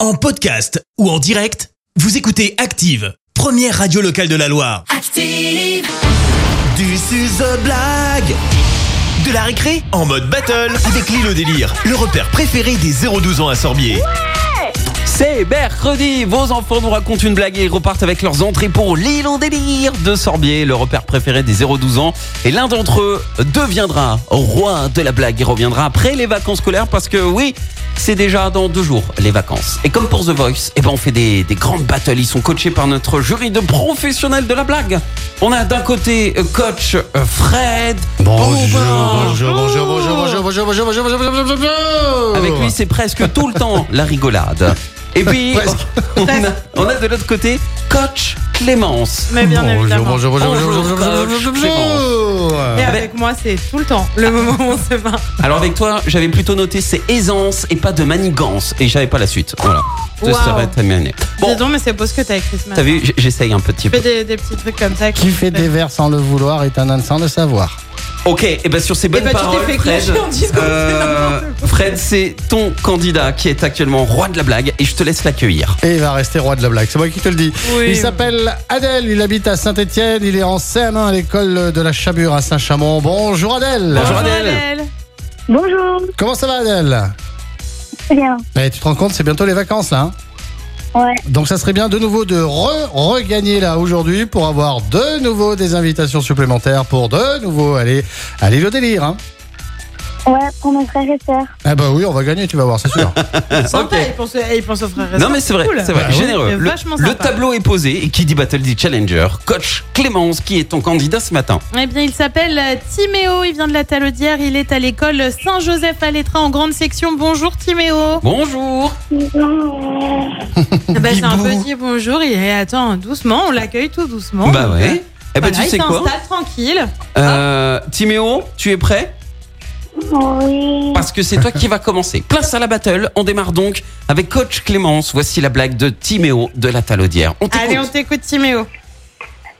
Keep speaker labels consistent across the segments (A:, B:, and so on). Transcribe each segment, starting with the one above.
A: En podcast ou en direct, vous écoutez Active, première radio locale de la Loire.
B: Active,
A: Du suze blague De la récré en mode battle avec l'île au délire, le repère préféré des 0-12 ans à Sorbier.
C: C'est mercredi, vos enfants nous racontent une blague et ils repartent avec leurs entrées pour l'île en délire de Sorbier, le repère préféré des 0-12 ans. Et l'un d'entre eux deviendra roi de la blague et reviendra après les vacances scolaires parce que oui, c'est déjà dans deux jours les vacances. Et comme pour The Voice, eh ben on fait des, des grandes battles. Ils sont coachés par notre jury de professionnels de la blague. On a d'un côté euh, coach euh, Fred. Bobin.
D: bonjour, bonjour, bonjour, bonjour, bonjour, bonjour, bonjour, bonjour, bonjour, bonjour, bonjour.
C: Oh. Avec lui, c'est presque tout le temps la rigolade. Et puis,
D: Presque.
C: on a, on a de l'autre côté Coach Clémence.
E: Mais bien
D: Bonjour,
E: évidemment.
D: bonjour, bonjour, bonjour,
C: Bonjour,
D: bonjour, bonjour,
C: coach,
D: bonjour,
C: Clémence.
D: bonjour.
E: Et avec moi, c'est tout le temps
C: Ah.
E: le moment où on se bat.
C: Alors, avec toi, j'avais plutôt noté c'est aisance et pas de manigance. Et j'avais pas la suite. Voilà. Ça,
E: Wow.
C: Ça va être terminé.
E: Dis
C: Bon,
E: donc, mais c'est beau ce que t'as écrit ce
C: t'as
E: matin.
C: vu, j- j'essaye un petit
E: Tu
C: peu.
E: fais des, des petits trucs comme ça.
D: Qui fait des vers sans le vouloir est un âne sans le savoir.
C: Ok, et ben sur ces bonnes
E: ben, tu t'es
C: paroles,
E: fait
C: Fred, euh,
E: clasher en disant que c'est n'importe quoi.
C: Fred, c'est ton candidat qui est actuellement roi de la blague et je te laisse l'accueillir.
D: Et il va rester roi de la blague, c'est moi qui te le dis.
E: Oui.
D: Il s'appelle Adèle, il habite à Saint-Etienne, il est en CM1 à l'école de la Chabure à Saint-Chamond. Bonjour Adèle
C: Bonjour, Adèle.
F: Bonjour,
D: Comment ça va Adèle
F: très bien.
D: Eh, Tu te rends compte, c'est bientôt les vacances là. hein
F: Ouais,
D: Donc ça serait bien de nouveau de re- regagner là aujourd'hui pour avoir de nouveau des invitations supplémentaires pour de nouveau aller à l'île au délire. Hein.
F: ouais, pour mes frères et sœurs.
D: Ah bah oui, on va gagner, tu vas voir, c'est sûr.
E: Sympa,
C: Ah, Ok.
E: il pense, eh, il pense au frère et
C: Non
E: sœur,
C: mais c'est vrai,
E: cool.
C: c'est vrai,
E: Bah oui,
C: généreux.
E: c'est
C: Le,
E: vachement
C: le
E: sympa.
C: tableau est posé et qui dit battle dit challenger. Coach Clémence qui est ton candidat ce matin.
E: Eh bien, il s'appelle euh, Timéo, il vient de la Talodière, il est à l'école Saint-Joseph à l'Étra en grande section. Bonjour Timéo.
C: Bonjour.
E: Ah bah, c'est un
C: Bibou.
E: petit bonjour, il est attends doucement, on l'accueille tout doucement.
C: bah
E: Donc,
C: ouais. Eh ben
E: voilà,
C: tu sais
E: il
C: quoi
E: s'installe tranquille.
C: euh, Timéo, tu es prêt
F: Oui,
C: Parce que c'est toi qui vas commencer. Place à la battle. On démarre donc avec Coach Clémence. Voici la blague de Timéo de la Talodière. On
E: Allez, on
C: t'écoute.
E: t'écoute Timéo.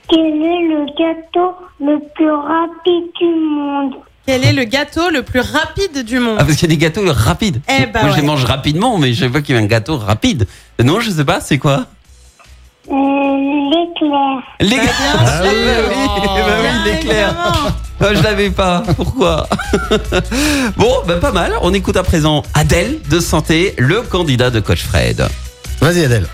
F: quel est le gâteau le plus rapide du monde
E: Quel est le gâteau le plus rapide du monde
C: Ah, parce qu'il y a des gâteaux rapides.
E: Eh ben
C: Moi, je les
E: ouais.
C: mange rapidement, mais je vois qu'il y a un gâteau rapide. Non, je sais pas, c'est quoi
F: Euh, L'éclair.
C: Les
E: Bah, bien
C: gars.
E: sûr. Oh,
C: Eh ben oui, eh ben oui,
E: Bien
C: l'éclair.
E: évidemment.
C: Ah, je l'avais pas. Pourquoi Bon, ben pas mal. On écoute à présent Adèle de Santé, le candidat de Coach Fred.
D: Vas-y Adèle.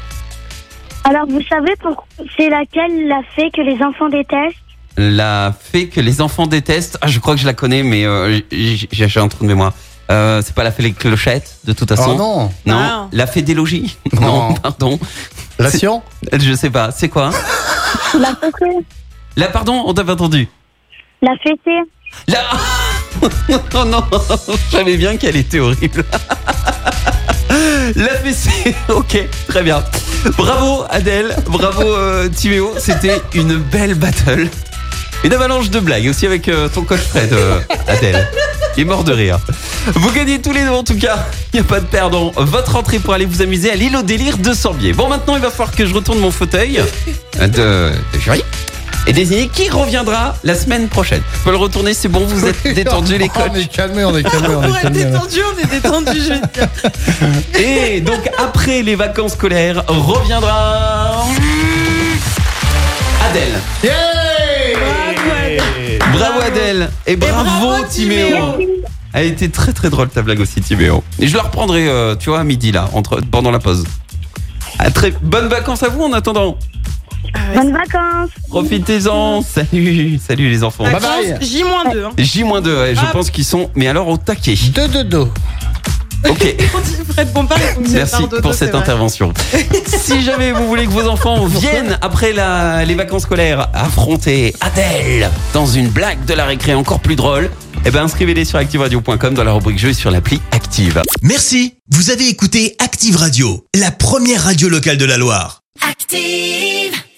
F: Alors, vous savez, pour- c'est laquelle la fée que les enfants détestent
C: La fée que les enfants détestent. Ah, je crois que je la connais, mais euh, j- j'ai j'ai un trou de mémoire. Euh, c'est pas la fée des clochettes, de toute
D: Oh
C: façon.
D: non,
C: Non,
E: Ah.
C: la fée des logis. Non,
D: Non.
C: pardon.
D: la Sion
C: Je sais pas. C'est quoi
F: La fée,
C: Là, pardon, on t'avait entendu.
F: la fêtée.
C: Là. Oh non, je savais bien qu'elle était horrible. La fessée, ok, très bien. Bravo Adèle, bravo euh, Timéo, c'était une belle battle. Une avalanche de blagues aussi avec euh, ton coach Fred, euh, Adèle. Il est mort de rire. Vous gagnez tous les deux en tout cas, il n'y a pas de perdant. Votre entrée pour aller vous amuser à l'île au délire de Sorbier. Bon, maintenant il va falloir que je retourne mon fauteuil de, de jury et désigner qui reviendra la semaine prochaine. Vous pouvez le retourner, c'est bon, vous êtes détendus les
D: Oh, On
C: coachs.
D: est calmé, on est calmé, on
E: Pour
D: est
E: être
D: calmé. là.
E: détendu, on est détendu, je veux dire.
C: Et donc après les vacances scolaires, reviendra Adèle.
E: Bravo, Adèle.
C: Bravo Adèle et bravo,
E: bravo,
C: Timéo.
E: Timéo.
C: Elle était très très drôle ta blague aussi Timéo. Et je la reprendrai euh, tu vois à midi là entre pendant la pause. À très bonnes vacances à vous en attendant.
F: Bonnes vacances.
C: Profitez-en. Salut, salut les enfants.
D: Bye bye.
E: Vacances, J-2. hein.
C: J-2, ouais, je
E: Bah. Hop.
C: pense qu'ils sont mais alors au taquet.
D: Deux de dos.
C: OK.
E: On dit Fred Bompard, il faut que c'est
C: Merci
E: par dodo,
C: pour
E: c'est
C: cette
E: vrai.
C: intervention. si jamais vous voulez que vos enfants viennent après la- les vacances scolaires affronter Adèle dans une blague de la récré encore plus drôle, eh ben inscrivez-les sur activeradio.com dans la rubrique jeu et sur l'appli Active.
A: Merci, vous avez écouté Active Radio, la première radio locale de la Loire.
B: active.